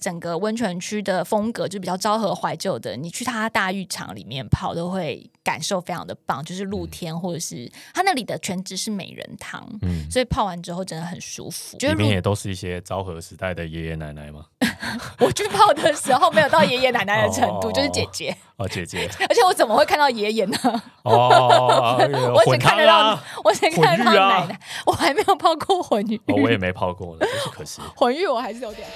整个温泉区的风格就比较昭和怀旧的，你去它大浴场里面泡都会感受非常的棒，就是露天或者是它那里的全职是美人汤，嗯，所以泡完之后真的很舒服。觉里得面露也都是一些昭和时代的爷爷奶奶嘛，我 去泡的时候没有到爷爷奶奶的程度， 哦就是姐姐，哦，姐姐，而且我怎么会看到爷爷呢？ 哦，哎呦我只混看汤得到啦，，我只看得到混浴啊奶奶，我还没有泡过混浴。哦，我也没泡过呢，真是可惜。混浴我还是有点。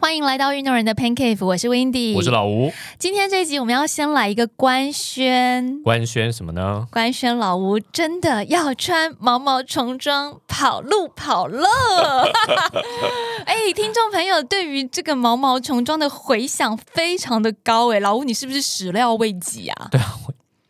欢迎来到运动人的 Pan Cave，我是 Windy，我是老吴，今天这一集我们要先来一个官宣，官宣什么呢？官宣老吴真的要穿毛毛虫装跑路跑了！哎，听众朋友对于这个毛毛虫装的回响非常的高哎，老吴你是不是始料未及啊？对，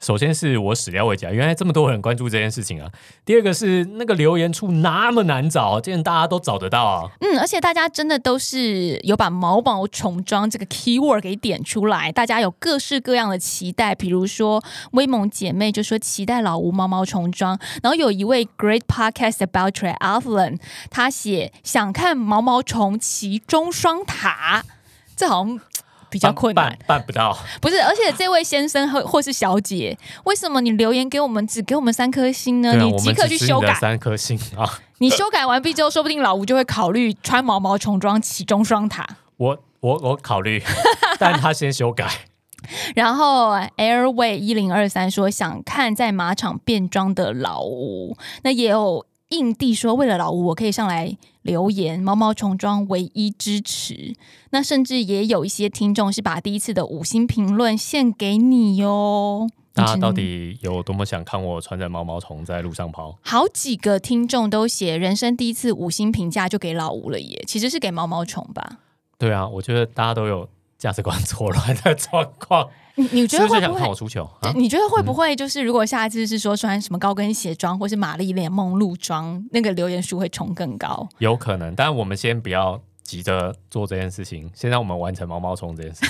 首先是我始料未及啊，原来这么多人关注这件事情啊。第二个是那个留言处那么难找，竟然大家都找得到啊。嗯，而且大家真的都是有把毛毛虫装这个 keyword 给点出来，大家有各式各样的期待，比如说威猛姐妹就说期待老吴毛毛虫装，然后有一位 Great Podcast About Trey Alvin，他写想看毛毛虫其中双塔，这好像。比比较困难办，办办不到。不是？而且这位先生或或是小姐，为什么你留言给我们只给我们三颗星呢？对啊，嗯你我即们刻只去吃你修的改，三颗星啊！你修改完毕之后，说不定老吴就会考虑穿毛毛虫装其中双塔。我我我考虑，但他先 修改。然后 Airway 一零二三说想看在马场变装的老吴，那也有印地说为了老吴，我可以上来留言，毛毛虫装唯一支持。那甚至也有一些听众是把第一次的五星评论献给你哟。大家你知到底有多么想看我穿着毛毛虫在路上跑？好几个听众都写人生第一次五星评价就给老吴了耶，其实是给毛毛虫吧？对啊，我觉得大家都有价值观错乱的状况。你你觉是得不会不是想会看我出糗啊？你觉得会不会就是，如果下一次是说穿什么高跟鞋装，或是玛丽莲梦露装，那个留言数会冲更高？ 有可能，但我们先不要急着做这件事情，先让我们完成毛毛虫这件事 情。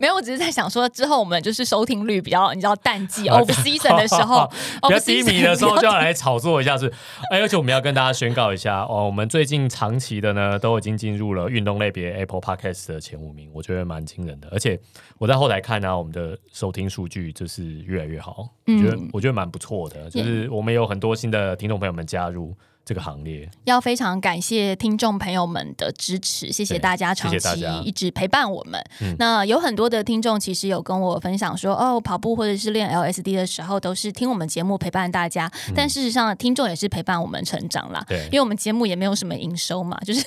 没有，我只是在想说，之后我们就是收听率比较，你知道淡 季哦啊 off season 的时候哦比，off 较 season 低迷的 时候比就较要来炒作一下是，哎，而且我们要跟大家宣告一下哦，我们最近长期的呢都已经进入了运动类别 Apple Podcast 的前五名，我觉得蛮惊人的。而且我在后台看呢、啊我们的收听数据就是越来越好，嗯我觉得我觉得蛮不错的，就是我们有很多新的听众朋友们加入这个行列。要非常感谢听众朋友们的支持，谢谢对大家长谢谢大期家一直陪伴我们。嗯那有很多的听众其实有跟我分享说，哦，跑步或者是练 LSD 的时候，都是听我们节目陪伴大家。但事实上，听众也是陪伴我们成长啦。嗯对因为我们节目也没有什么营收嘛，就是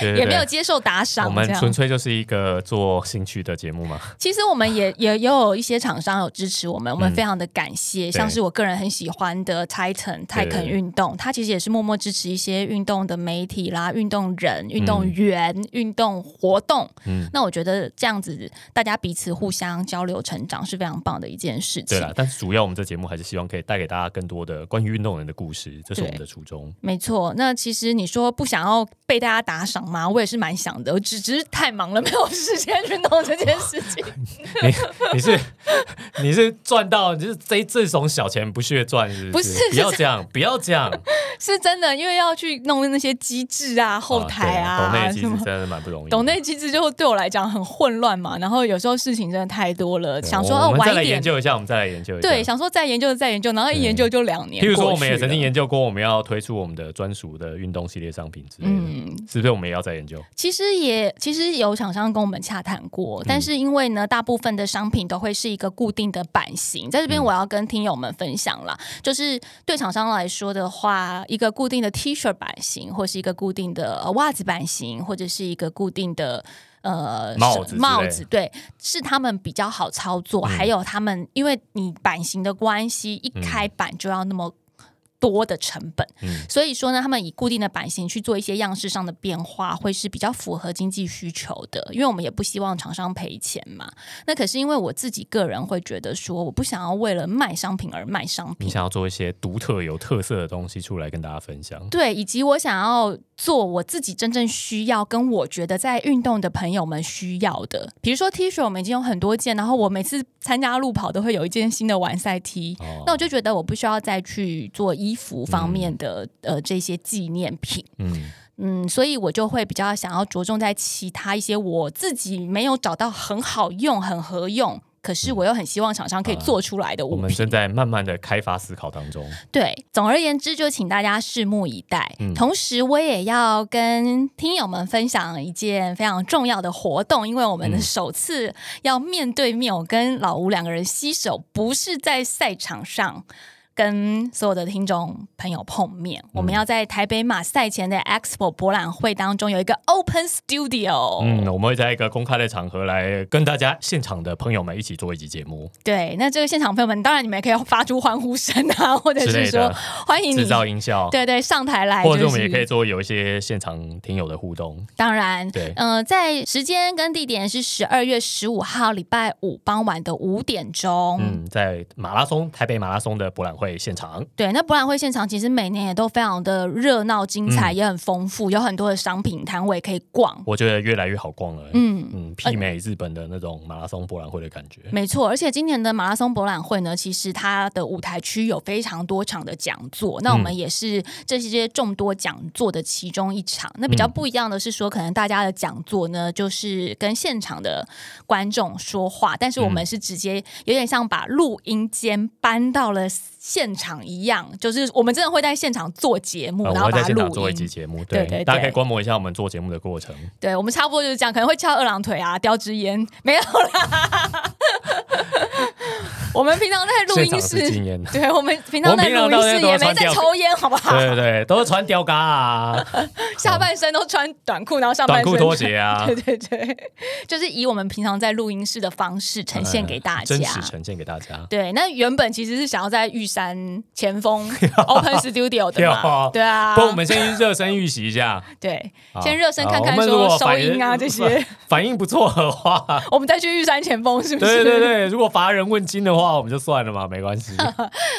对对也没有对接受打我赏们这纯样。粹就是一个做兴趣的节 目嘛。其实我们也也也有一些厂商有支持我们，我们嗯非常的感谢。像是我个人很喜欢的 Titan 泰肯运动，它其实也是默默支持一些运动的媒体啦、运动人、运动员、运动活动。嗯那我觉得这样子大家彼此互相交流成长是非常棒的一件事对情。啦，但是主要我们这节目还是希望可以带给大家更多的关于运动人的故事，这是我们的初衷。没错，那其实你说不想要被大家打赏吗？我也是蛮想的，我只只是太忙了，没有时间运动这件事情。你你是 你是赚到，你是这这种小钱不屑赚，是不不是是？不要这样，不要这样。是真的，因为要去弄那些机制啊、 后台啊对懂内什机制么真。的是蛮不容易的。懂内机制就对我来讲很混乱嘛，然后有时候事情真的太多了，对想说我哦我们再晚来一点研，究一下，我们再来研究一下。对，想说再研究再研究，然后一研究就两年。譬如说，我们也曾经研，研究过，我们要推出我们的专属的运动系列商品之类的，嗯，是不是？我们也要再研究。其实也其实有厂商跟我们洽谈嗯过，但是因为呢，大部分的商品都会是一个固定的版型，在这嗯边我要跟听友们分享啦，就是对厂商来说的话，一个固定的 T 恤版型，或是一个固定的呃袜子版型，或者是一个固定的。呃，帽子之类嗯帽子对，是他们比较好操作，还有他们，因为你版型的关系，一开版就要那么多的成本。嗯所以说呢，他们以固定的版型去做一些样式上的变化，会是比较符合经济需求的，因为我们也不希望厂商赔钱嘛。那可是因为我自己个人会觉得说，我不想要为了卖商品而卖商你品，想要做一些独特有特色的东西出来跟大家分享。对，以及我想要做我自己真正需要跟我觉得在运动的朋友们需要的，比如说 T 恤，我们已经有很多件，然后我每次参加路跑都会有一件新的完赛 T，哦那我就觉得我不需要再去做衣服方面的、呃这些纪念品，嗯，嗯，所以我就会比较想要着重在其他一些我自己没有找到很好用、很合用，可是我又很希望厂商可以做出来的我物们品。正在慢慢的开发思考当中。对，总而言之，就请大家拭目以待。嗯同时，我也要跟听友们分享一件非常重要的活动，因为我们的嗯首次要面对面，我跟老吴两个人携手，不是在赛场上。跟所有的听众朋友碰面，嗯我们要在台北马赛前的 Expo 博览会当中有一个 Open Studio，、嗯，我们会在一个公开的场合来跟大家现场的朋友们一起做一集节目，对，那这个现场朋友们，当然你们也可以发出欢呼声啊，或者之是类说的欢迎制你，造音效，对对，上台来、就或是，者是我们也可以做有一些现场听友的互动。当然，对呃，在时间跟地点是十二月十五号礼拜五傍晚的五点钟。嗯，在马拉松台北马拉松的博览会现场，对，那博览会现场其实每年也都非常的热闹、精嗯彩，也很丰富，有很多的商品摊位可以逛。我觉得越来越好逛了。嗯嗯，媲美日本的那种马拉松博览会的感觉。没错，而且今年的马拉松博览会呢，其实它的舞台区有非常多场的讲座，那我嗯们也是这些众多讲座的其中一场。那比嗯较不一样的是说，可能大家的讲座呢，就是跟现场的观众说话，但是我嗯们是直接有点像把录音间搬到了现场一样，就是我们真的会在现场做节目，呃然后我会把在它现场录做一集音。节目，对对对大家可以观摩一下我们做节目的过程。对，我们差不多就是这样，可能会翘二郎腿啊，叼支烟，没有啦。我们平常在录现音场是室 禁，烟的，对我们平常在录音室也没在抽烟，好不好？对对对，都是穿吊嘎啊，下半身都穿短裤，然后上半短身裤拖鞋啊对，对对，就是以我们平常在录音室的方式呈现给大家哎真。实呈现给大家。对，那原本其实是想要在玉山前 锋 Open Studio 的嘛，有对啊不，，过我们先热身预习一下，对，好 先热身看看好我们如说果收反应音啊这些，反应不错的话，我们再去玉山前锋是不是？对 对对，如果乏人问津的话，我们就算了嘛，没关系。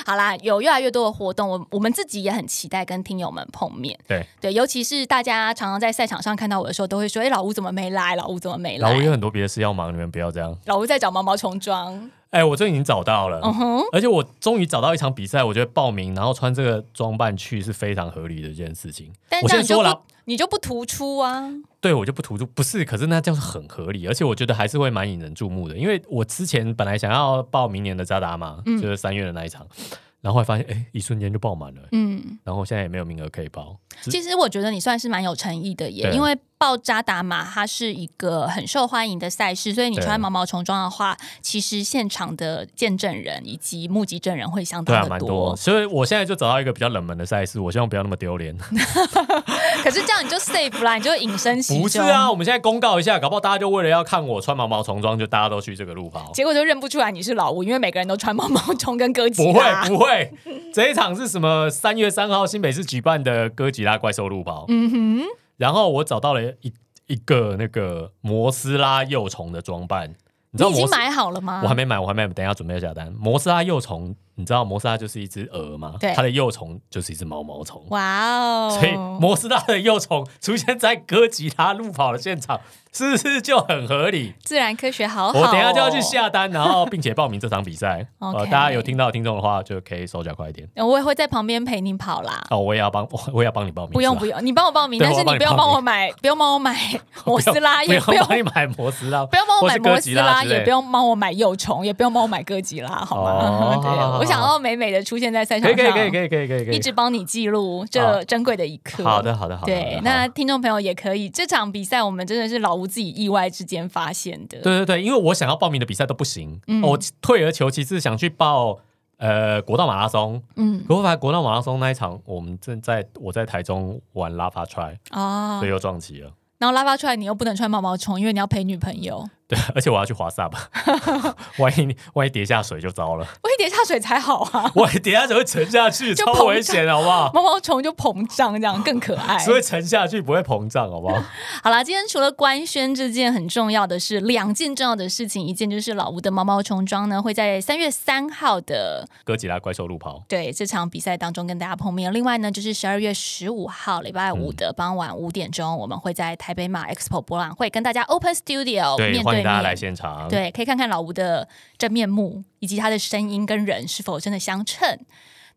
好啦，有越来越多的活动，我我们自己也很期待跟听友们碰面。对对，尤其是大家常常在赛场上看到我的时候，都会说：“哎、老吴怎么没来？老吴怎么没然来后我有？”很多别的事要忙，你们不要这样。老吴在找毛毛虫装。哎，我这已经找到了，嗯哼，而且我终于找到一场比赛，我觉得报名然后穿这个装扮去是非常合理的一件事情。但我这样先你就说了不，你就不突出啊。对我就不突出，不是，可是那这样是很合理，而且我觉得还是会蛮引人注目的，因为我之前本来想要报明年的扎达嘛，嗯就是三月的那一场，然后后来发现哎，一瞬间就爆满了，嗯，然后现在也没有名额可以报。是其实我觉得你算是蛮有诚意的耶，对因为爆扎达马它是一个很受欢迎的赛事，所以你对穿毛毛虫装的话，其实现场的见证人以及目击证人会相对啊，当的蛮多，所以我现在就找到一个比较冷门的赛事，我希望不要那么丢脸。可是这样你就 safe 啦，你就隐身其中。不是啊，我们现在公告一下，搞不好大家就为了要看我穿毛毛虫装，就大家都去这个路跑。结果就认不出来你是老吴，因为每个人都穿毛毛虫跟哥吉不拉。会不会，这一场是什么？三月三号新北市举办的哥吉拉怪兽路跑。嗯哼，然后我找到了一一个那个摩斯拉幼虫的装扮，你知道你已经摩斯？买好了吗？我还没买，我还没买，等一下准备要下单。摩斯拉幼虫，你知道摩斯拉就是一只蛾吗？对它的幼虫就是一只毛毛虫。哇哦！所以摩斯拉的幼虫出现在哥吉拉路跑的现场，是不是就很合理？自然科学好好、哦，我等一下就要去。下单，然后并且报名这场比赛。 呃 OK 大家有听到的听众的话，就可以手脚快一点。我也会在旁边陪你跑啦。哦，我也要帮， 我我也要帮你报名。不用是吧不用，你帮我报名，啊对但是我帮你你不要报帮名我买，不要帮我买摩斯拉，也 不不用用帮你买摩斯拉，不要帮我或买是摩哥斯吉拉拉，之类也不用帮我买幼虫，也不用帮我买哥吉拉，好吗？哦对，我想要美美的出现在赛场 可以上，可以可以可以可以可以可一以。直帮你记录这好珍贵的一刻。好的好的好的。好对的，那好的听众朋友也可以，这场比赛我们真的是老吴自己意外之间发现的。对对对，因为我想要报名的比赛都不行，嗯我退而求其次想去报呃国道马拉松。嗯，可我发现国道马拉松那一场，我们正在我在台中玩拉法 try，哦所以，又撞齐了。 然后拉发出来，你又不能穿毛毛虫，因为你要陪女朋友。对，而且我要去滑萨 吧，万一万一跌下水就糟了， 我一点下水才好啊，万一跌下水会沉下去，就超膨危险，好 不好？毛毛虫就膨胀，这样更可爱。所以沉下去不会膨胀，好不好？好啦，今天除了官宣这件很重要的事，两件重要的事情，一件就是老吴的毛毛虫装呢会在三月三号的哥吉拉怪兽路跑，对这场比赛当中跟大家碰面。另外呢，就是十二月十五号礼拜五的傍晚五点钟，我们会在台北马 EXPO 博览会跟大家 Open Studio 对，哦面欢对迎大家来面。现场。对，可以看看老吴的真面目，以及他的声音跟人是否真的相称。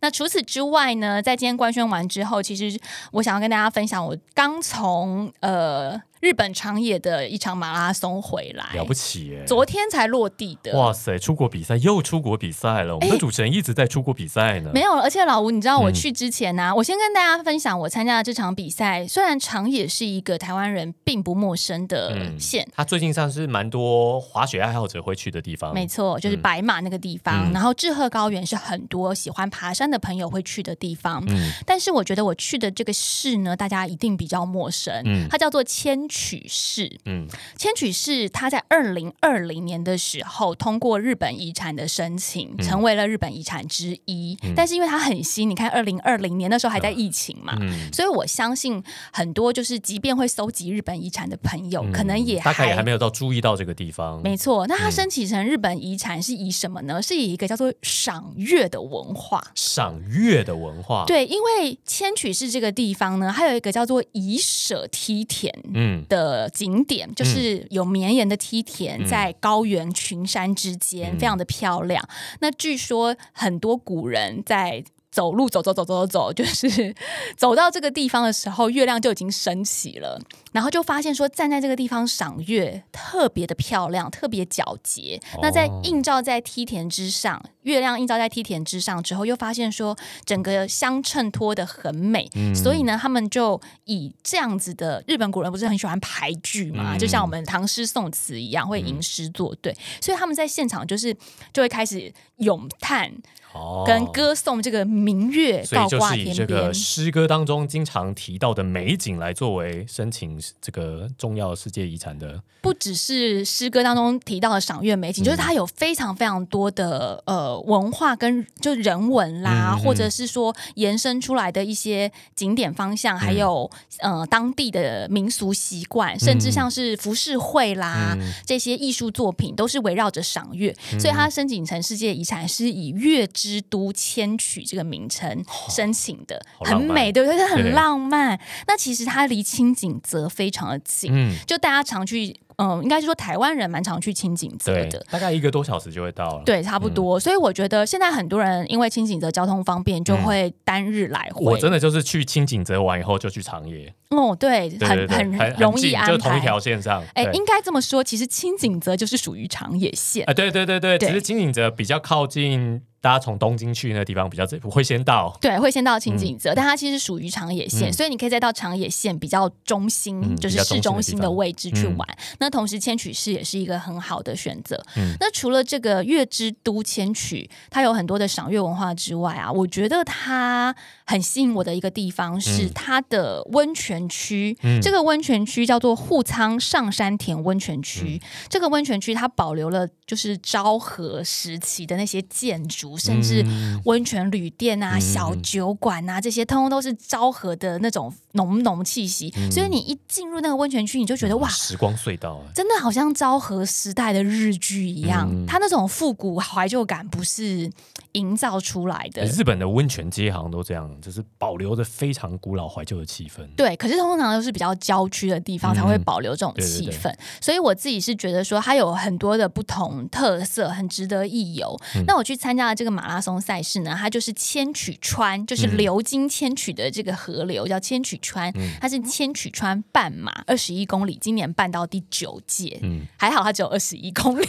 那除此之外呢，在今天官宣完之后，其实我想要跟大家分享，我刚从呃日本长野的一场马拉松回来，了不起耶！昨天才落地的。哇塞，出国比赛又出国比赛了，我们的主持人一直在出国比赛呢。没有，而且老吴，你知道我嗯去之前呢、我先跟大家分享我参加的这场比赛。虽然长野是一个台湾人并不陌生嗯的县，他最近算是蛮多滑雪爱好者会去的地方，没错，就是白马那个地方。哦嗯然后志贺高原是很多喜欢爬山的朋友会去的地方。嗯但是我觉得我去的这个市呢，大家一定比较陌生。嗯它叫做千曲市。嗯，千曲市它在二零二零年的时候通过日本遗产的申请，嗯成为了日本遗产之一。但是因为它很新，你看二零二零年那时候还在疫情嘛，啊嗯所以我相信很多就是即便会搜集日本遗产的朋友，可能也嗯大概也还没有到注意到这个地方，没错，那它嗯申请成日本遗产是以什么呢？是以一个叫做赏月的文化。赏月的文化，，对，因为千曲市这个地方呢，还有一个叫做以舍梯田。嗯的景点就是有绵延的梯田，嗯在高原群山之间，嗯非常的漂亮。那据说很多古人在走路走走走走走走， 就是走到这个地方的时候，月亮就已经升起了，然后就发现说站在这个地方赏月特别的漂亮，特别皎洁。那在哦映照在梯田之上，月亮映照在梯田之上之后，又发现说整个相衬托的很美，嗯所以呢，他们就以这样子的日本古人不是很喜欢排句嘛，嗯就像我们唐诗宋词一样，会吟诗作对，所以他们在现场就是就会开始咏叹哦跟。歌颂这个明月所以高就挂是以天这边个。诗歌当中经常提到的美景来作为申请这个重要世界遗产的，不只是诗歌当中提到的赏月嗯美景，就是它有非常非常多的呃文化跟就人文啦，嗯嗯或者是说延伸出来的一些景点方嗯向，还有呃当地的民俗习惯，甚至像是服饰会啦、嗯这些艺术作品，都是围绕着赏月，所以它申请成世界遗产是以“月之都千曲”这个名称申请的，哦好很浪漫美，对不对？对很浪漫。那其实它离清景泽非常的近。嗯，就大家常去，嗯、应该是说台湾人蛮常去清景泽对嗯的，。大概一个多小时就会到了。，对，差不多。所以我觉得现在很多人因为清景泽交通方便，就会单日来回。嗯我真的就是去清景泽玩以后就去长野，哦，对，对对很对，很容易近安就排。是同一条线上。哎，对应该这么说，其实清景泽就是属于长野县。啊，对对对对，对只是清景泽比较靠近，大家从东京去那地方比较会先到。对，会先到清景泽，但它其实属于长野县，嗯所以你可以再到长野县比较中心，嗯就是市中心的位置去玩。那同时，千曲市也是一个很好的选择。嗯那除了这个月之都千曲，它有很多的赏月文化之外啊，我觉得它很吸引我的一个地方是嗯它的温泉区。嗯这个温泉区叫做户仓上山田温泉区。嗯这个温泉区它保留了就是昭和时期的那些建筑，甚至嗯温泉旅店啊、嗯小酒馆啊，这些通通都是昭和的那种浓浓气息，嗯所以你一进入那个温泉区，你就觉得哇。时光隧道啊，真的好像昭和时代的日剧一样，嗯它那种复古怀旧感不是营造出来的。日本的温泉街好像都这样，就是保留着非常古老怀旧的气氛。对，可是通常都是比较郊区的地方才会嗯保留这种对对气对氛，所以我自己是觉得说它有很多的不同特色，很值得一游。嗯那我去参加的这个马拉松赛事呢，它就是千曲川，就是嗯流经千曲的这个河流叫千曲川，嗯它是千曲川半马二十一公里，今年办到第九届，嗯， 还好它只有二十一公里。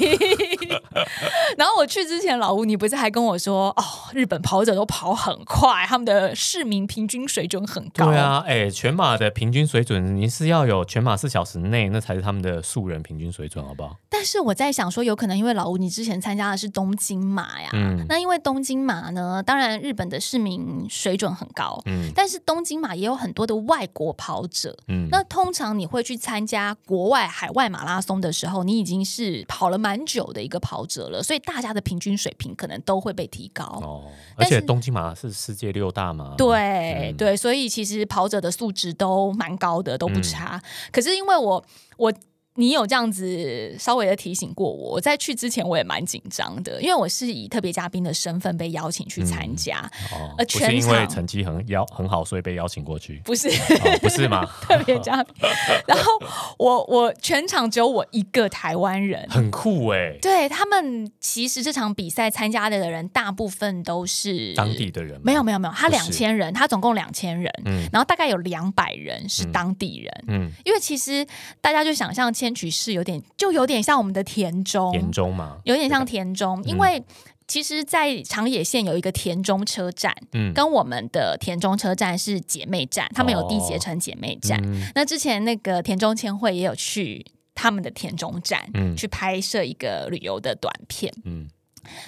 然后我去之前，老吴你不是还跟我说哦，日本跑者都跑很快，他们的市民平均水准很高。对啊，哎，全马的平均水准，你是要有全马四小时内，那才是他们的素人啊平均水准，好不好？但是我在想说，有可能因为老吴你之前参加的是东京马呀，嗯那因为东京马呢，当然日本的市民水准很高，嗯但是东京马也有很多的外国跑者。嗯，那通常你会去参加国外海外马拉松的时候，你已经是跑了蛮久的一个跑者了，所以大家的平均水平可能都会被提高。哦，而但是且东京马是世界六大嘛，对、嗯对，所以其实跑者的素质都蛮高的，都不嗯差。可是因为我我你有这样子稍微的提醒过我，我在去之前我也蛮紧张的，因为我是以特别嘉宾的身份被邀请去参加，哦，呃不全是因为场，成绩很邀很好，所以被邀请过去不是。 哦、不是吗？特别嘉宾， 然后我我全场只有我一个台湾人，很酷哎、对他们其实这场比赛参加的人大部分都是当地的人吗没有，没有没有，他不两是千人，他总共两千人，嗯然后大概有两百人是嗯当地人，嗯，因为其实大家就想象千曲市有点，就有点像我们的田中，田中嗯嘛，有点像田中，因为其实，在长野县有一个田中车站，嗯，跟我们的田中车站是姐妹站，他们有缔结哦成姐妹站。嗯那之前那个田中千惠也有去他们的田中站。嗯去拍摄一个旅游的短片，嗯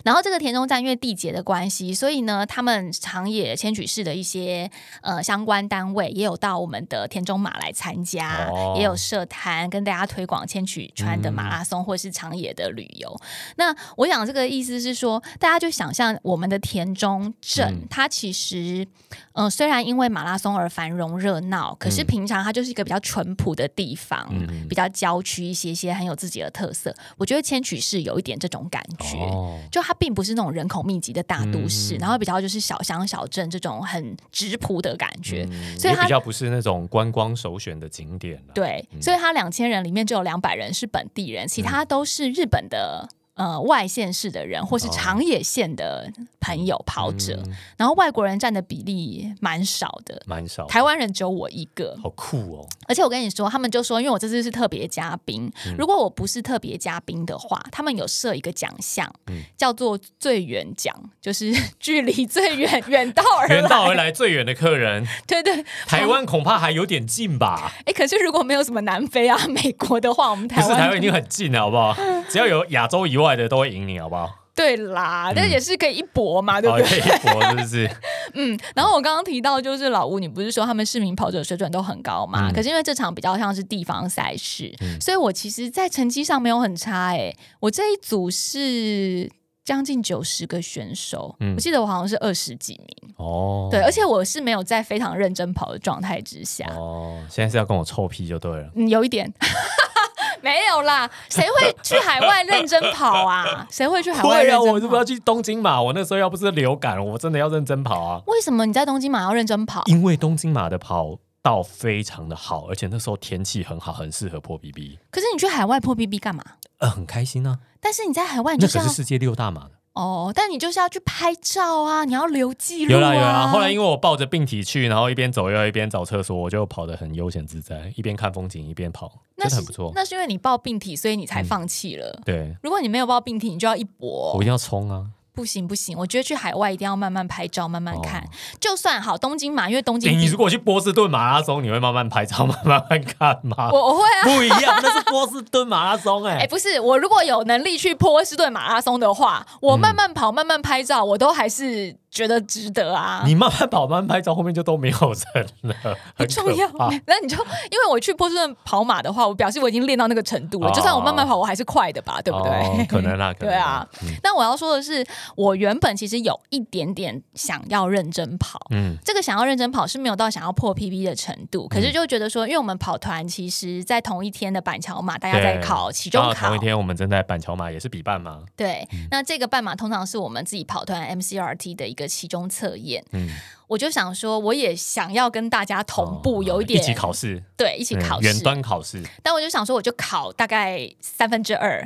然后这个田中站因为地节的关系，所以呢，他们长野千曲市的一些呃相关单位也有到我们的田中马来参加，哦嗯也有设摊跟大家推广千曲川的马拉松或是长野的旅游。那我想这个意思是说，大家就想象我们的田中镇，嗯它其实呃虽然因为马拉松而繁荣热闹，可是嗯平常它就是一个比较淳朴的地方。嗯，比较郊区一些些，很有自己的特色。我觉得千曲市有一点这种感觉，哦，就它并不是那种人口密集的大都市，嗯然后比较就是小乡小镇这种很直朴的感觉。嗯所以也它比较嗯不是那种观光首选的景点啦，对，所以它两千人里面就有两百人是本地人，其他都是日本的。呃，外县市的人或是哦长野县的朋友跑者，嗯然后外国人占的比例蛮少的，蛮少，台湾人只有我一个。好酷 哦，而且我跟你说，他们就说，因为我这次是特别嘉宾，嗯如果我不是特别嘉宾的话，他们有设一个奖项，嗯叫做最远奖，就是 距离最远，远道而来。远道而来最远的 客人，对对，台湾恐怕还有点近吧？哎，可是如果没有什么南非啊、美国的话，我们不台是湾嗯台湾已经很近了，好不好？只要有亚洲以外的都会赢你，好不好？对啦，但嗯哦也是可以一搏嘛，啊对不好，对？可以搏是 不是？嗯。然后我刚刚提到，就是老吴，你不是说他们市民跑者水准都很高嘛？嗯可是因为这场比较像是地方赛事，嗯所以我其实，在成绩上没有很差哎、我这一组是。将近九十个选手，嗯我记得我好像是二十几名，哦，对，而且我是没有在非常认真跑的状态之下，哦，现在是要跟我臭屁就对了。嗯，有一点。 没有啦，谁会去海外认真跑啊？谁会去海外会认啊，真跑？我是不是要去东京马？我那时候要不是流感，我真的要认真跑啊！为什么你在东京马要认真跑？因为东京马的跑道非常的好，而且那时候天气很好，很适合破 BB，可是你去海外破 BB 干嘛？呃，很开心啊。但是你在海外你那就是可要是世界六大马的，哦，但你就是要去拍照啊，你要留记录、啊。有啦有啦。后来因为我抱着病体去，然后一边走又一边找厕所，我就跑得很悠闲自在，一边看风景一边跑，那真是的很不错。那是因为你抱病体，所以你才放弃了。对，如果你没有抱病体，你就要一我搏一。定要冲啊！不行不行，我觉得去海外一定要慢慢拍照，慢慢看。哦就算好东京嘛，因为东京诶比、你如果去波士顿马拉松，你会慢慢拍照、慢慢看吗？我我会啊。 不一样，那是波士顿马拉松哎、哎、不是，我如果有能力去波士顿马拉松的话，嗯我慢慢跑、慢慢拍照，我都还是觉得值得啊。你慢慢跑，慢慢拍照，后面就都没有人了， 不很可重要怕。那你就因为我去波士顿跑马的话，我表示我已经练到那个程度了，哦就算我慢慢跑，我还是快的吧，对不对？哦可能啦，可对能嗯啊啦，那我要说的是，我原本其实有一点点想要认真跑，嗯这个想要认真跑是没有到想要破 PB 的程度，可是就觉得说，因为我们跑团其实，在同一天的板桥马，大家在对考期中刚好考啊同一，天我嗯们正在板桥马也是比半嘛，对，那这个半马通常是我们自己跑团 MCRT 的一个期中测验，嗯， 我就想说，我也想要跟大家同步，哦有点一起考试，对，一起考嗯试远。端考试，但我就想说，我就考大概三分之二，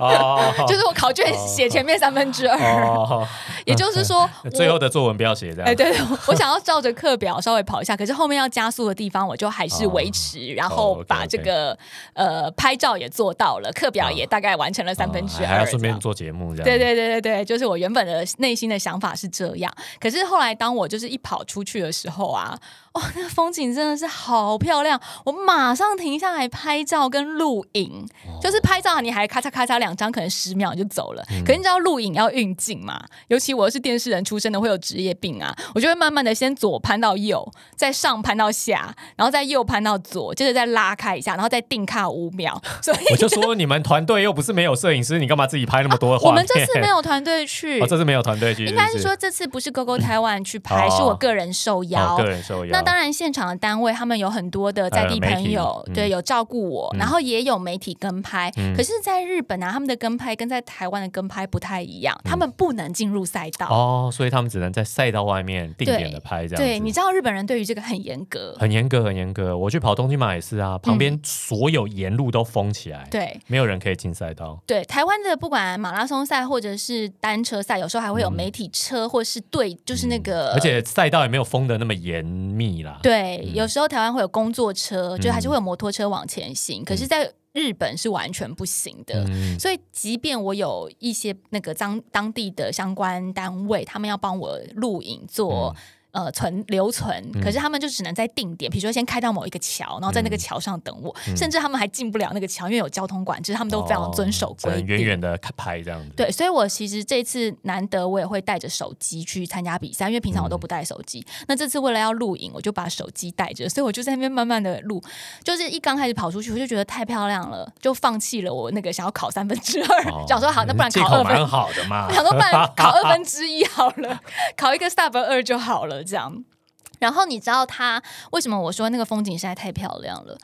哦，就是我考卷写前面三分之二，哦，也就是 说我，最后的作文不要写这哎，样，对，我想要照着课表稍微跑一下，可是后面要加速的地方，我就还是维持，然后哦把，OK，OK 这个呃拍照也做到了，课表也大概完成了三分之啊哦二，还要这顺便样做节目这样，对对对对对，就是我原本的内心的想法是这样，可是后来当我就是一跑出去的时候啊，哦，哇，那个风景真的是好漂亮！我马上停下来拍照跟录影，哦就是拍照你还咔嚓咔嚓两张，可能十秒你就走了。嗯可是你知道录影要运镜嘛？尤其我是电视人出身的，会有职业病啊，我就会慢慢的先左攀到右，再上攀到下，然后再右攀到左，接着再拉开一下，然后再定卡五秒。所 以我就说你们团队又不是没有摄影师，你干嘛自己拍那么多的啊我画面？们这次没有团队去哦，，这次没有团队去，应该是哦是不说这次不是 GoGo 台湾去拍，哦是我个人受哦邀。个人受邀。那当然，现场的单位他们有很多的在地呃媒朋体友，嗯对，有照顾我，然后也有媒体跟拍。嗯可是，在日本啊，他们的跟拍跟在台湾的跟拍不太一样，他们不能进入赛道。嗯哦，所以他们只能在赛道外面定点的拍这样子。对，你知道日本人对于这个很严格，很严格，很严格。我去跑东京马也是啊，旁边所有沿路都封起来，嗯对。没有人可以进赛道。对台湾的不管马拉松赛或者是单车赛，有时候还会有媒体车或是队，就是那个，嗯而且赛道也没有封的那么严密啦。对，有嗯时候台湾会有工作车，就还是会有摩托车往前行，可是，在日本是完全不行的。嗯，所以，即便我有一些那个当当地的相关单位，他们要帮我录影做、嗯呃存留存，可是他们就只能在定点，比如说先开到某一个桥，然后在嗯那个桥上等我，甚至他们还进不了那个桥，因为有交通管制，他们都非常遵守哦只规能定。远远的拍这样子。对，所以我其实这次难得我也会带着手机去参加比赛，因为平常嗯我都不带手机。那这次为了要录影，我就把手机带着，所以我就在那边慢慢的录。就是一刚开始跑出去，我就觉得太漂亮了，就放弃了我那个想要考三分之二，哦，想说好，那不然借考口二分蛮好的嘛我。 想说，不然考二分之一好了，考一个 sub 二就好了，这样。然后你知道它为什么我说那个风景实在太漂亮了？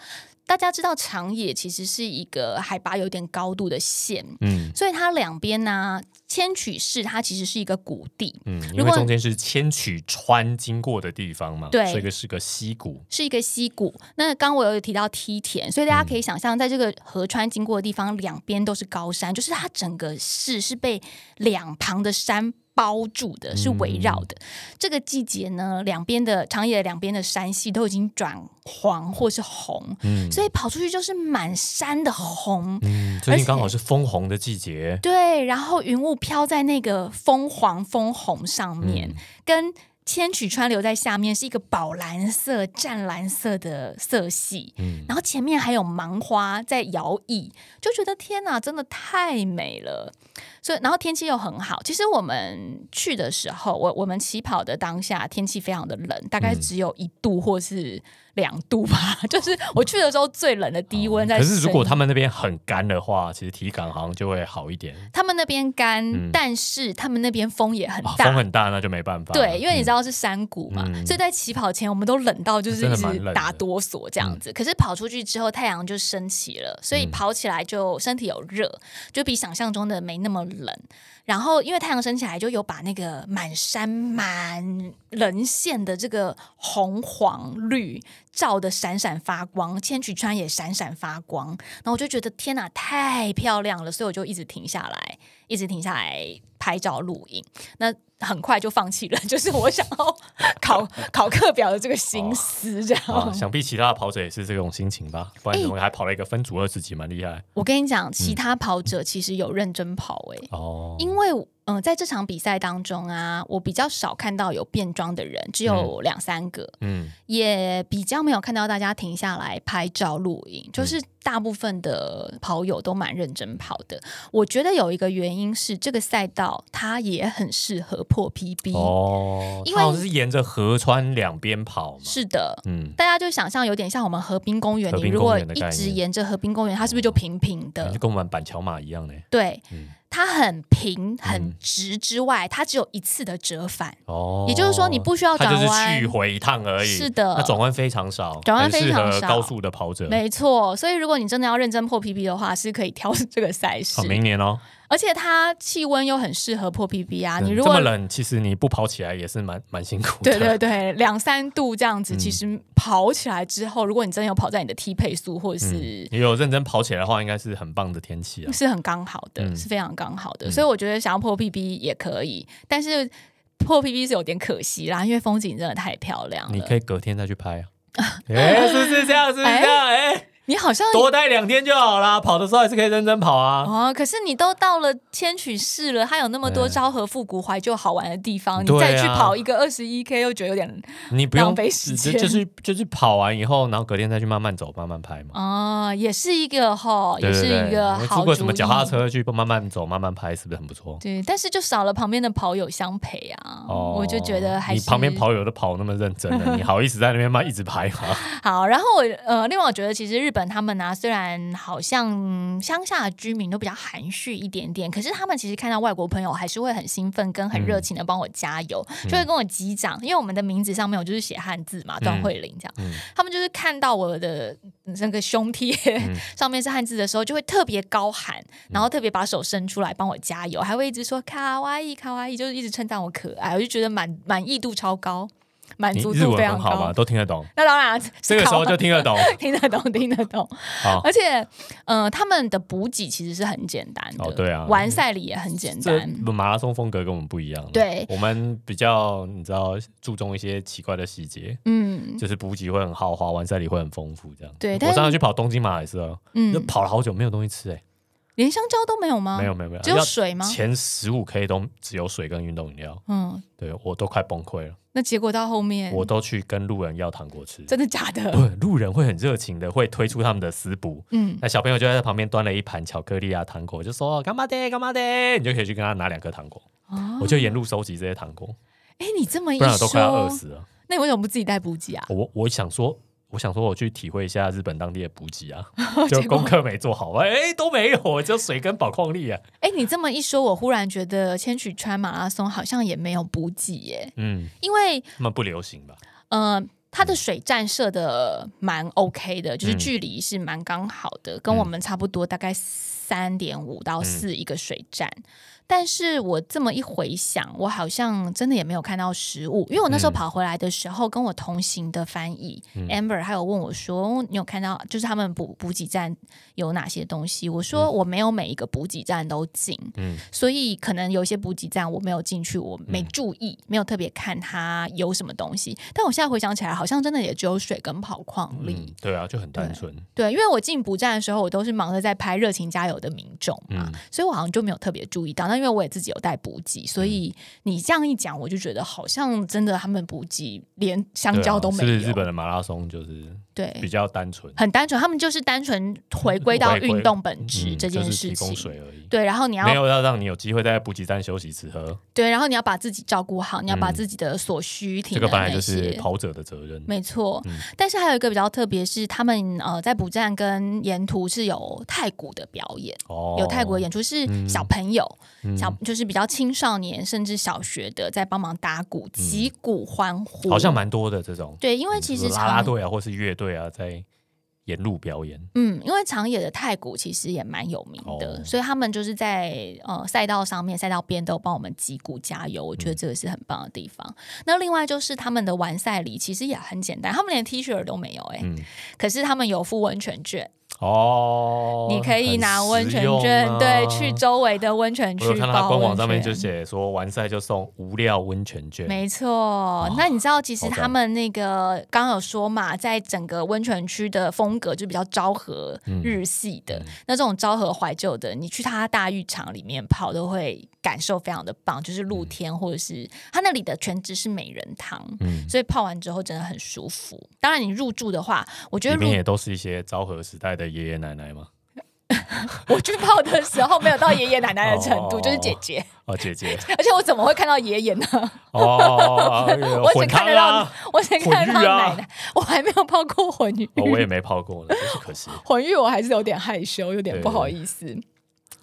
大家知道长野其实是一个海拔有点高度的县， 嗯所以它两边呢、千曲市它其实是一个谷地，嗯，如因为果中间是千曲川经过的地方嘛，对所以这个是个溪谷。是一个溪谷。那刚我有提到梯田，所以大家嗯可以想象，在这个河川经过的地方，两边都是高山，就是它整个市是被两旁的山。包住的是嗯围绕的。这个季节呢，两边的长野的两边的山系都已经转黄或是红，嗯所以跑出去就是满山的红。嗯，最近刚好是枫红的季节。对，然后云雾飘在那个枫黄枫红上面，嗯跟千曲川流在下面是一个宝蓝色、湛蓝色的色系，嗯然后前面还有芒花在摇曳，就觉得天哪，真的太美了。所以，然后天气又很好。其实我们去的时候，我我们起跑的当下天气非常的冷，大嗯概只有一度或是两度吧， 就是我去的时候最冷的低温在哦嗯可深夜。是如果他们那边很干的话，其实体感好像就会好一点。他们那边干，嗯但是他们那边风也很啊大。风很大，那就没办法。对，因为你知道，道是山谷嘛，嗯所以在起跑前我们都冷到就是真一的蛮直冷的嗯打哆嗦这样子。可是跑出去之后，太阳就升起了，所以跑起来就身体有热，就比想象中的没那么冷。然后因为太阳升起来，就有把那个满山满人线的这个红黄绿照得闪闪发光，千曲川也闪闪发光。然后我就觉得天哪，太漂亮了，所以我就一直停下来，一直停下来拍照录影。那很快就放弃了， 就是我想要考考课表的这个心思。这样，啊，想必其他的跑者也是这种心情吧，不哎然怎么还跑了一个分组二十级，蛮厉害我跟你讲，其他跑者其实有认真跑欸诶、哦。因为嗯、呃在这场比赛当中啊，我比较少看到有变装的人，只有两三个，嗯，也比较没有看到大家停下来拍照录影，就是嗯大部分的跑友都蛮认真跑的。我觉得有一个原因是这个赛道它也很适合破 PB，、哦，因为他好像是沿着河川两边跑嘛。是的。嗯，大家就想象有点像我们河滨公园，河你滨如公果园的一概直念沿着河滨公园，它是不是就平平的？就跟我们板桥马一样呢。对，嗯它很平很嗯直之外，它只有一次的折返，哦，也就是说你不需要它转就是弯去。回一趟而已。是的那转弯非常少，转弯很非适常合少高速的跑者。没错，所以如果你真的要认真破 PB 的话，是可以挑 这个赛事好，，明年哦，而且它气温又很适合破 PB 啊。你嗯如这么果冷，其实你不跑起来也是蛮蛮辛苦的。对对对，两三度这样子，嗯其实跑起来之后，如果你真的有跑在你的 T 配速或者是嗯，你有认真跑起来的话，应该是很棒的天气啊。是很刚好的，嗯是非常刚好的。所以我觉得想要破 PB 也可以，但是破 PB 是有点可惜啦，因为风景真的太漂亮了。 你可以隔天再去拍啊。哎、是不是这样？是不是这样？哎、你好像多待两天就好啦。跑的时候还是可以认真跑啊。哦，可是你都到了千曲市了，它有那么多对昭和复古怀旧好玩的地方，你对再去啊跑一个二十一 K 又觉得有点你不用浪费时间就就是就是跑完以后，然后隔天再去慢慢走，慢慢拍嘛。哦，也是一个吼，对也对是对一个我好租主个意。什么脚踏车去慢慢走，慢慢拍，是不是很不错？对，但是就少了旁边的跑友相陪啊，哦，我就觉得还你是旁边跑友都跑那么认真了，你好意思在那边慢一直拍吗？好。然后我呃，另外我觉得其实日本他们啊，虽然好像、嗯乡下的居民都比较含蓄一点点，可是他们其实看到外国朋友还是会很兴奋跟嗯很热情的帮我加油，就会跟我击掌，因为我们的名字上面我就是写汉字嘛，段慧玲这样，嗯他们就是看到我的那个胸贴、嗯 上面是汉字的时候，就会特别高喊，然后特别把手伸出来帮我加油，还会一直说卡哇伊卡哇伊，就是一直称赞我可爱，我就觉得满满意度超高， 满你足日度非文常很好嘛，高。都听得懂，那当然，这个时候就听得懂。 听得懂，听得懂。 好，而且，呃，他们的补给其实是很简单的，哦对啊完赛里也很简这单。马拉松风格跟我们不一样。对我们比较你知道注重一些奇怪的细节，嗯就是补给会很豪华，完赛礼会很丰富，这样。对但我是上次去跑东京马也是哦，就嗯，跑了好久没有东西吃，哎，连香蕉都没有吗？没有，没有没有，只有要水吗？前十五 K 都只有水跟运动饮料，嗯，对我都快崩溃了，那结果到后面，我都去跟路人要糖果吃。嗯真的假的？不，路人会很热情的，会推出他们的私补。嗯，那小朋友就在旁边端了一盘巧克力啊、糖果，就说干嘛的干嘛的，你就可以去跟他拿两颗糖果。哦我就沿路收集这些糖果，哎，你这么一不然我都快要饿说，死了。那你为什么不自己带补给啊？我我想说，我想说我去体会一下日本当地的补 给啊，结就果功课没做好，哎、都没有，只有水跟宝矿力啊。哎，你这么一说，我忽然觉得千曲川马拉松好像也没有补给耶，嗯，因为他们不流行吧？呃，它的水站设的蛮 OK 的，就是距离是蛮刚好的，跟我们差不多，大概三点五到四一个水站。但是我这么一回想，我好像真的也没有看到食物，因为我那时候跑回来的时候，跟我同行的翻译、Amber 还有问我说：“你有看到就是他们补补给站有哪些东西？”我说：“我没有每一个补给站都进，嗯所以可能有一些补给站我没有进去，我没注意，没有特别看它有什么东西。但我现在回想起来，好像真的也只有水跟跑矿力。嗯，对啊，就很单对纯。对，因为我进补站的时候，我都是忙着在拍热情加油的民众嘛，嗯所以我好像就没有特别注意到。那因为我也自己有带补给，所以你这样一讲，我就觉得好像真的他们补给连香蕉都没对有，啊是日本的马拉松就是比对。较单纯，很单纯，他们就是单纯回归到回归运动本质嗯这件就是事提供情。水而已，对，然后你要没有要让你有机会在补给站休息吃喝，对，然后你要把自己照顾好，你要把嗯自己的所需体这能个本来那就是嗯些。跑者的责任。没错，但是还有一个比较特别是，他们呃在补站跟沿途是有泰国的表演，哦，嗯有泰国的演出是小朋友、小就是比较青少年甚至小学的在帮忙打鼓、击鼓欢呼，嗯好像蛮多的这种，对，因为其比实如啦啦长队啊，或是乐队啊，在沿路表演。嗯，因为长野的太鼓其实也蛮有名的，哦所以他们就是在呃赛道上面、赛道边都帮我们击鼓加油，我觉嗯得这个是很棒的地方。那另外就是他们的完赛礼其实也很简单，他们连 T 恤都没有哎、嗯，可是他们有付温泉券，哦，你可以拿温泉很实券、用啊对去。周围的温泉啊区我有看到他包官温网上面就泉。写说，完赛就送无料温泉券。没错，那你知道其实好赞他们那个刚刚有说嘛，在整个温泉区的风格就比较昭和日系的，嗯那这种昭和怀旧的，你去它大浴场里面泡都会感受非常的棒，就是露天或者是它那里的全职是美人汤，嗯，所以泡完之后真的很舒服。当然你入住的话，我觉得里入面也都是一些昭和时代的爷爷奶奶嘛， 我去泡的时候没有到爷爷奶奶的程度， 哦就是姐姐，哦，姐姐，而且我怎么会看到爷爷呢？哦，哎 呦我只混看汤得到啊，，我只看得到混浴啊奶奶，我还没有泡过混浴。哦，我也没泡过呢，真是可惜。混浴我还是有点害羞，有点不好意思。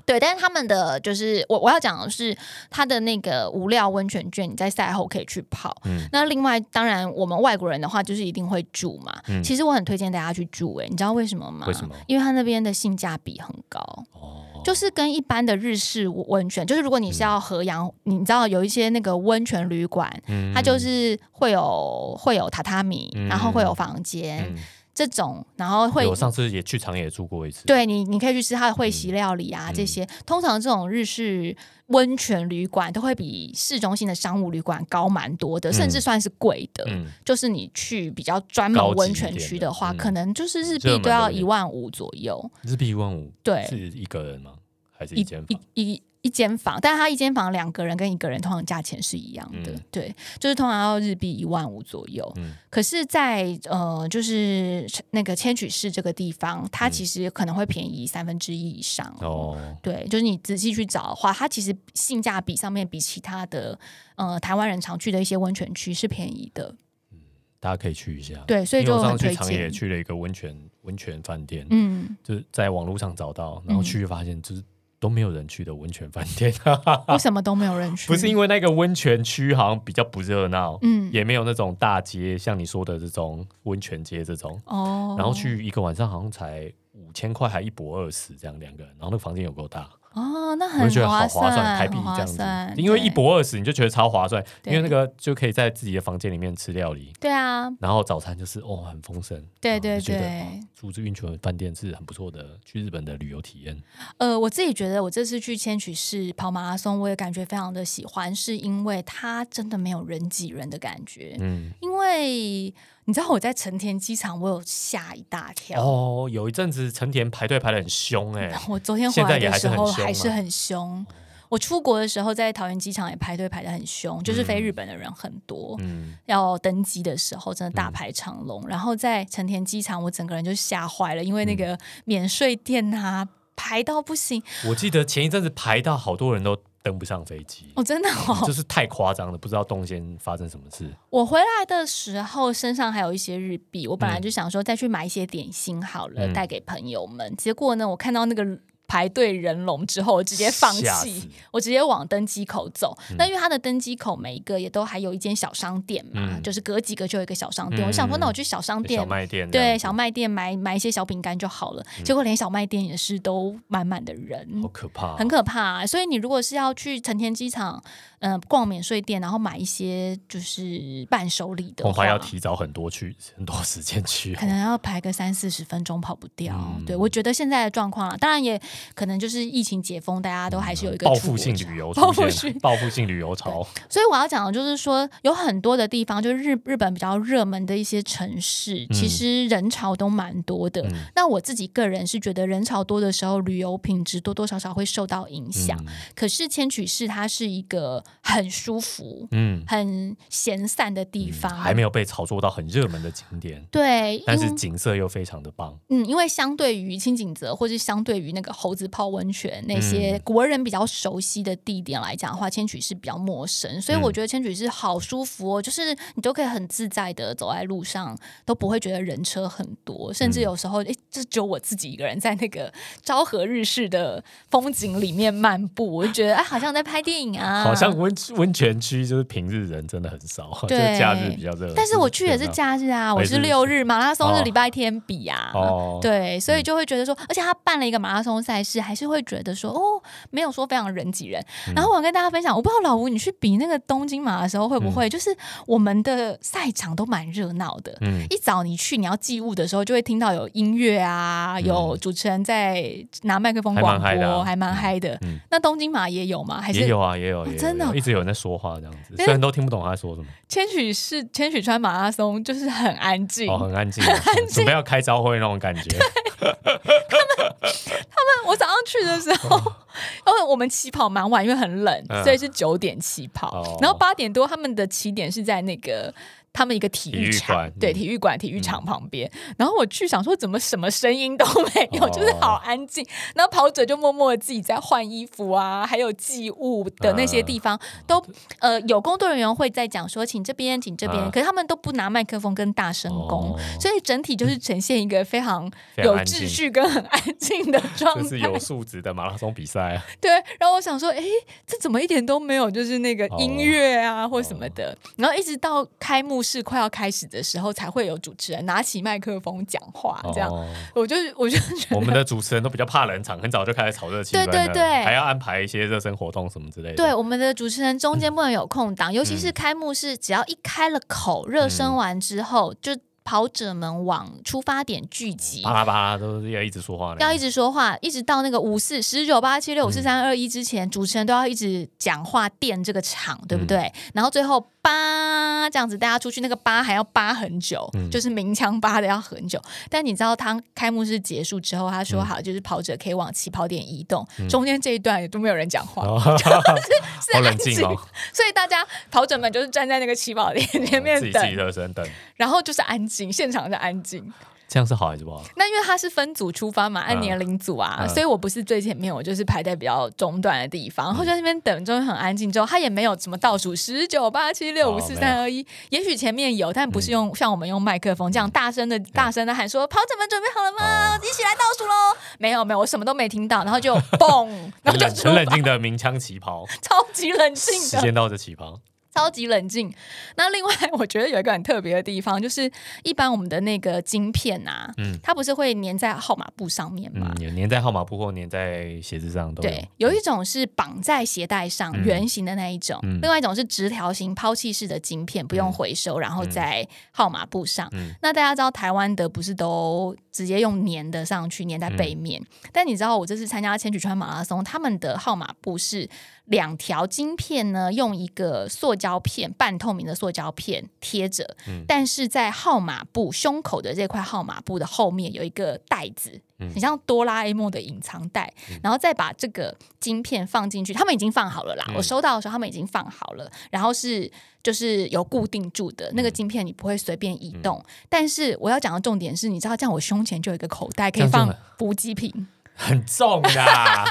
对，但是他们的就是我我要讲的是，他的那个无料温泉券，你在赛后可以去泡。嗯那另外，当然我们外国人的话，就是一定会住嘛。嗯其实我很推荐大家去住、欸，你知道为什么吗？为什么因为他那边的性价比很高。 哦，就是跟一般的日式温泉，就是如果你是要河阳，你知道有一些那个温泉旅馆，嗯它就是会有会有榻榻米，嗯然后会有房间，嗯这种，然后会我上次也去长野住过一次，对你，你可以去吃它的会席料理啊，嗯这些。通常这种日式温泉旅馆都会比市中心的商务旅馆高蛮多的，甚至算是贵的。嗯，就是你去比较专门温泉区的话，高级一点的嗯可能就是日这币蛮都要多的一万五左右。日币一万五，对是一个人吗？还是一一间一房？一一间房，但它一间房两个人跟一个人通常价钱是一样的，嗯对，就是通常要日币一万五左右。嗯可是在，呃，就是那个千曲市这个地方，它嗯其实可能会便宜三分之一以上哦哦，对，就是你仔细去找的话，它其实性价比上面比其他的呃台湾人常去的一些温泉区是便宜的，大家可以去一下。，对，所以就我很上次推去长野荐。去了一个温泉温泉饭店，嗯，就是在网络上找到，然后去发现就是都没有人去的温泉饭店，啊为什么都没有人去？ 不是因为那个温泉区好像比较不热闹，嗯也没有那种大街，像你说的这种温泉街这种，哦，然后去一个晚上好像才五千块，还一博二十这样两个人，然后那个房间有够大，哦，那很我就觉得好算，算，台币很这划样子算，因为对一博二十你就觉得超划算，因对为那个就可以在自己的房间里面吃料理，对啊，然后早餐就是哦很丰盛，对然后对就觉得对哦住这温泉饭店是很不错的，去日本的旅游体验，呃，我自己觉得我这次去千曲市跑马拉松，我也感觉非常的喜欢，是因为它真的没有人挤人的感觉。嗯，因为你知道我在成田机场，我有吓一大跳。哦，有一阵子成田排队排的很凶 哎、我昨天回现在来也的还时是很候凶吗还是很凶。我出国的时候在桃园机场也排队排的很凶，就是飞日本的人很多。嗯，要登机的时候，真的大排长龙。然后在成田机场，我整个人就吓坏了，因嗯为那个免税店啊，排到不行。我记得前一阵子排到好多人都登不上飞机。哦，真的 哦，就是太夸张了，不知道东先发生什么事。我回来的时候身上还有一些日币，我本来就想说再去买一些点心好了，嗯带给朋友们。结果呢，我看到那个排队人龙之后，我直接放吓死弃，我直接往登机口走。嗯那、因为它的登机口每一个也都还有一间小商店嘛，嗯就是隔几个就有一个小商店。嗯我想说，那我去小商店小。卖店这样对子嗯小卖店买买一些小饼干就好了，结果连小卖店也是都满满的人，好可怕、哦很可怕、啊所以你如果是要去成田机场，嗯、逛免税店，然后买一些就是伴手礼的恐话，怕要提早很多去， 很多时间去。可能要排个三四十分钟跑不掉。嗯对我觉得现在的状况啊啦，当然也可能就是疫情解封，大家都还是有一个嗯报出国复性潮旅游出报复现性了，报复性旅游潮，所以我要讲的就是说，有很多的地方，就是日日本比较热门的一些城市，其实人潮都蛮多的。嗯那我自己个人是觉得，人潮多的时候，旅游品质多多少少会受到影响。嗯可是千曲市它是一个很舒服、嗯，很闲散的地方，还没有被炒作到很热门的景点，对，但因是景色又非常的棒。嗯，因为相对于清景泽，或是相对于那个猴子泡温泉那些嗯国人比较熟悉的地点来讲的话，千曲是比较陌生，所以嗯我觉得千曲是好舒服哦，就是你都可以很自在的走在路上，都不会觉得人车很多，甚嗯至有时候诶，这只有我自己一个人在那个昭和日式的风景里面漫步，我就觉得哎，好像在拍电影啊，好像温温泉区就是平日人真的很少， 就是假日比较热。但是我去也是热闹假日啊，哦我也是是六日马拉松哦是礼拜天比啊。哦，对，所以就会觉得说，而且他办了一个马拉松赛事，还是会觉得说，哦，没有说非常人挤人。然嗯后我跟大家分享，我不知道老吴你去比那个东京马的时候会不会，就是我们的赛场都蛮热闹的。嗯，一早你去，你要寄物的时候，就会听到有音乐啊，有主持人在拿麦克风嗯还蛮广嗨的播，啊还蛮嗨的嗯嗯。那东京马也有吗？还也是有啊，也有，也有真的哦也有一直有人在说话这样子，对虽然都听不懂他在说什么，千曲是千曲川马拉松，就是很安静，哦，很 安静，准备要开招会那种感觉。我早上去的时候， 因为我们起跑蛮晚，因为很冷，哦嗯所以是九点起跑。哦然后八点多，他们的起点是在那个他们一个体育体育场，馆对，嗯体育馆、体育场旁边。然后我去想说，怎么什么声音都没有， 哦就是好安静。然后跑者就默默地自己在换衣服啊，还有寄物的那嗯些地方、哦都呃有工作人员会在讲说，请这边，请这边。嗯可是他们都不拿麦克风跟大声公，哦所以整体就是呈现一个非常非常有安秩静序跟很安 静的状态。这是有素质的马拉松比赛啊，对，然后我想说，诶，这怎么一点都没有，就是那个音哦乐啊、或什么的。然后一直到开幕式快要开始的时候，才会有主持人拿起麦克风讲话， 这样。哦我就我就觉 得我们的主持人都比较怕冷场，很早就开始炒热气氛了，对对对还要安排一些热身活动什么之类的。对，我们的主持人嗯中间不能有空档，尤其是开幕式，只要一开了口，热身完之后就。跑者们往出发点聚集巴。拉巴拉都是要一直说话的，要一直说话，一直到那个五四十九八七六五四三二一之前，主持人都要一直讲话垫这个场，对嗯不对？然后最后八这样子，大家出去那个八还要扒很久，嗯就是鸣枪扒的要很久。但你知道，他开幕式结束之后，他说嗯好，就是跑者可以往起跑点移动，中间这一段也都没有人讲话，哦，好是安冷 静，静哦，所以大家跑者们就是站在那个起跑点前面哦自己自己等，热身等，然后就是安静，现场是安静。这样是好还是不好？那因为他是分组出发嘛，按嗯年龄组啊，嗯所以我不是最前面，我就是排在比较中段的地方，然后在那边等，终于很安静。之后他也没有什么倒数十九八七六五哦四三二一，也许前面有，但不是用、像我们用麦克风这样大声的、大声的喊说：“跑者们准备好了吗？哦一起来倒数喽！”没有没有，我什么都没听到，然后 就嘣，然很后就冷出很冷发，静的鸣枪起跑，超级冷静时的。间到就起跑，超级冷静。那另外，我觉得有一个很特别的地方，就是一般我们的那个晶片啊，嗯它不是会粘在号码布上面吗嗯？，有粘在号码布或粘在鞋子上都有，对，有一种是绑在鞋带上嗯圆形的那一种，嗯另外一种是直条形抛弃式的晶片，不用回收，然后在号码布上。嗯那大家知道台湾的不是都直接用粘的上去，粘在背面。嗯但你知道我这次参加千曲川马拉松，他们的号码布是两条晶片呢，用一个塑胶片半透明的塑胶片贴着，嗯但是在号码布胸口的这块号码布的后面有一个袋子，嗯很像哆啦 A 梦的隐藏袋，然后再把这个晶片放进去，他们已经放好了啦。嗯我收到的时候他们已经放好了，然后是就是有固定住的那个晶片，你不会随便移动。嗯但是我要讲的重点是，你知道，这样我胸前就有一个口袋可以这样就放很补给品。很重啦，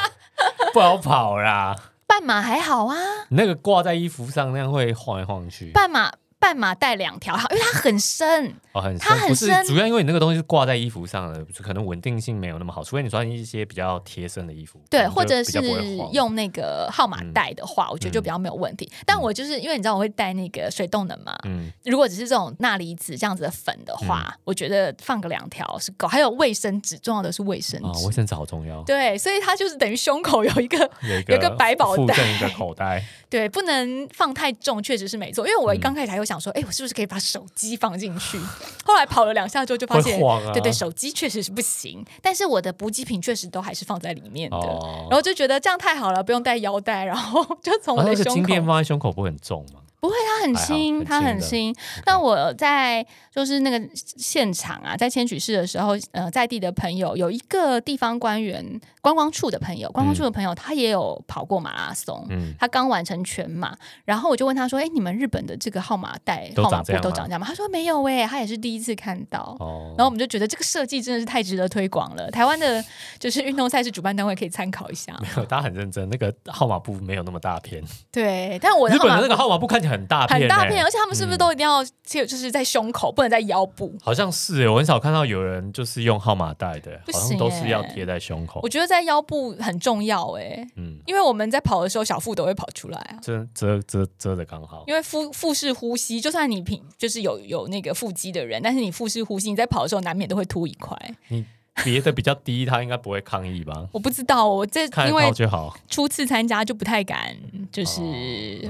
不好跑啦。半马还好啊，你那个挂在衣服上那样会晃来晃去，半马半马带两条，因为它很深，哦，很它深，很不是深主要因为你那个东西是挂在衣服上的，可能稳定性没有那么好，除非你穿一些比较贴身的衣服，可对，能就或者比是较不会嗯晃用那个号码袋的话，我觉得就比较没有问题。但我就是因为你知道我会带那个水动能嘛，嗯如果只是这种钠离子这样子的粉的话，我觉得放个两条是够。还有卫生纸，重要的是卫生啊，纸。卫生纸好重要，对，所以它就是等于胸口有一个有一有一个百宝附袋赠一个 口袋，对，不能放太重，确实是没错。因为嗯我刚开始还有想说，哎、我是不是可以把手机放进去？后来跑了两下之后，就发会现，晃啊，对对，手机确实是不行。但是我的补给品确实都还是放在里面的，哦然后就觉得这样太好了，不用带腰带，然后就从我啊的那个胸金口。片放在胸口不会很重吗？不会，它很还好轻，很它轻很的轻。那我呃在就是那个现场啊，在千曲市的时候，呃，在地的朋友有一个地方官员观光处的朋友，观光处的朋友他也有跑过马拉松，嗯，他刚完成全马，然后我就问他说：“哎，你们日本的这个号码带、都号长码布这样都吗长这样吗？”他说：“没有诶，他也是第一次看到。哦，然后我们就觉得这个设计真的是太值得推广了，台湾的就是运动赛事主办单位可以参考一下。没 有，大家很认真，那个号码布没有那么大片，日对，但我的号本码的那个号码布看起来很大片、很大片，欸而且他们是不是都一定要就就是在胸口，不能在腰部？好像是、欸，我很少看到有人就是用号码带的，不好行像都是要欸贴在胸口我。觉得在腰部很重要诶，嗯，因为我们在跑的时候小腹都会跑出来啊。遮遮遮遮的刚好。因为腹腹式呼吸，就算你平就是有有那个腹肌的人，但是你腹式呼吸，你在跑的时候难免都会凸一块。你别的比较低，他应该不会抗议吧？我不知道，我这看因得为到就好。初次参加就不太敢，就是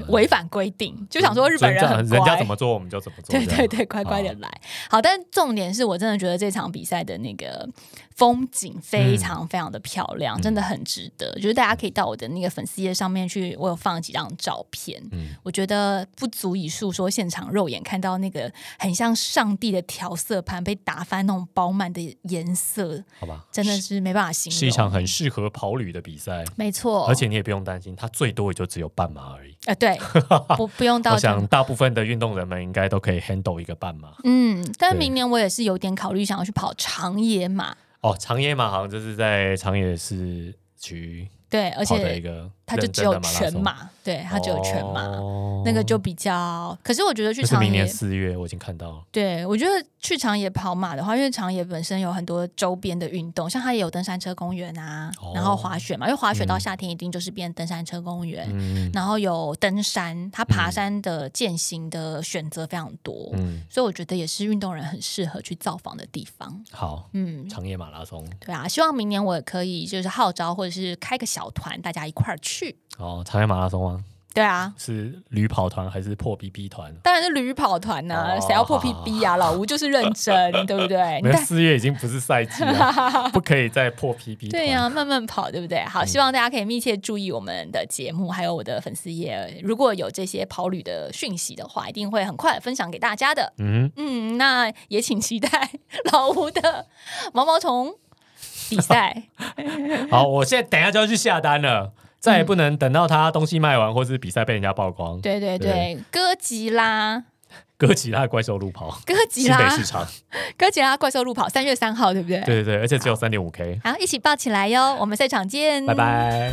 违反规定，就想说日本人尊很重人家乖。怎么做我们就怎么做。对这对样啊对，乖乖的来。好，但重点是我真的觉得这场比赛的那个风景嗯非常非常的漂亮，真的很值得。就是大家可以到我的那个粉丝页上面去，我有放几张照片。嗯我觉得不足以述说现场肉眼看到那个很像上帝的调色盘被打翻那种饱满的颜色，好吧，真的是没办法形容。是一场很适合跑旅的比赛，没错，而且你也不用担心，它最多也就只有半马而已。呃， 对，不不用到我这想样。大部分的运动人们应该都可以 handle 一个半马。嗯，但对明年我也是有点考虑想要去跑长野马，哦，长野马好像就是在长野市区对，而跑的一且个它就只有全，马，对，它只有全马，哦那个就比较。可是我觉得去就是长明野年，四月，我已经看到了。对我觉得去长野跑马的话，因为长野本身有很多周边的运动，像它也有登山车公园啊，哦然后滑雪嘛，因为滑雪到嗯夏天一定就是变登山车公园。嗯然后有登山，它爬山的践行的选择非常多，嗯，所以我觉得也是运动人很适合去造访的地方。好，嗯，长野马拉松。对啊，希望明年我也可以就是号召或者是开个小团，大家一块儿去。哦，长野马拉松吗？对啊，是驴跑团还是破 BB 团？当然是驴跑团呐、哦谁要破 PB 啊？老吴就是认真，对不对？ 没你有，看，四月已经不是赛季了， 不可以再破 PB 团。嗯对呀、慢慢跑，对不对？好，希望大家可以密切注意我们的节目，还有我的粉丝页。如果有这些跑旅的讯息的话，一定会很快分享给大家的。嗯，嗯，那也请期待老吴的毛毛虫比赛。好，我现在等一下就要去下单了，再也不能等到他东西卖完，或是比赛被人家曝光。对对 对，哥吉拉，哥吉拉怪兽路跑，哥吉新北拉市，场，哥吉拉怪兽路跑， 三月三号，对不对？对对对，而且只有三点五 K，好，一起抱起来哟！我们赛场见，拜。拜。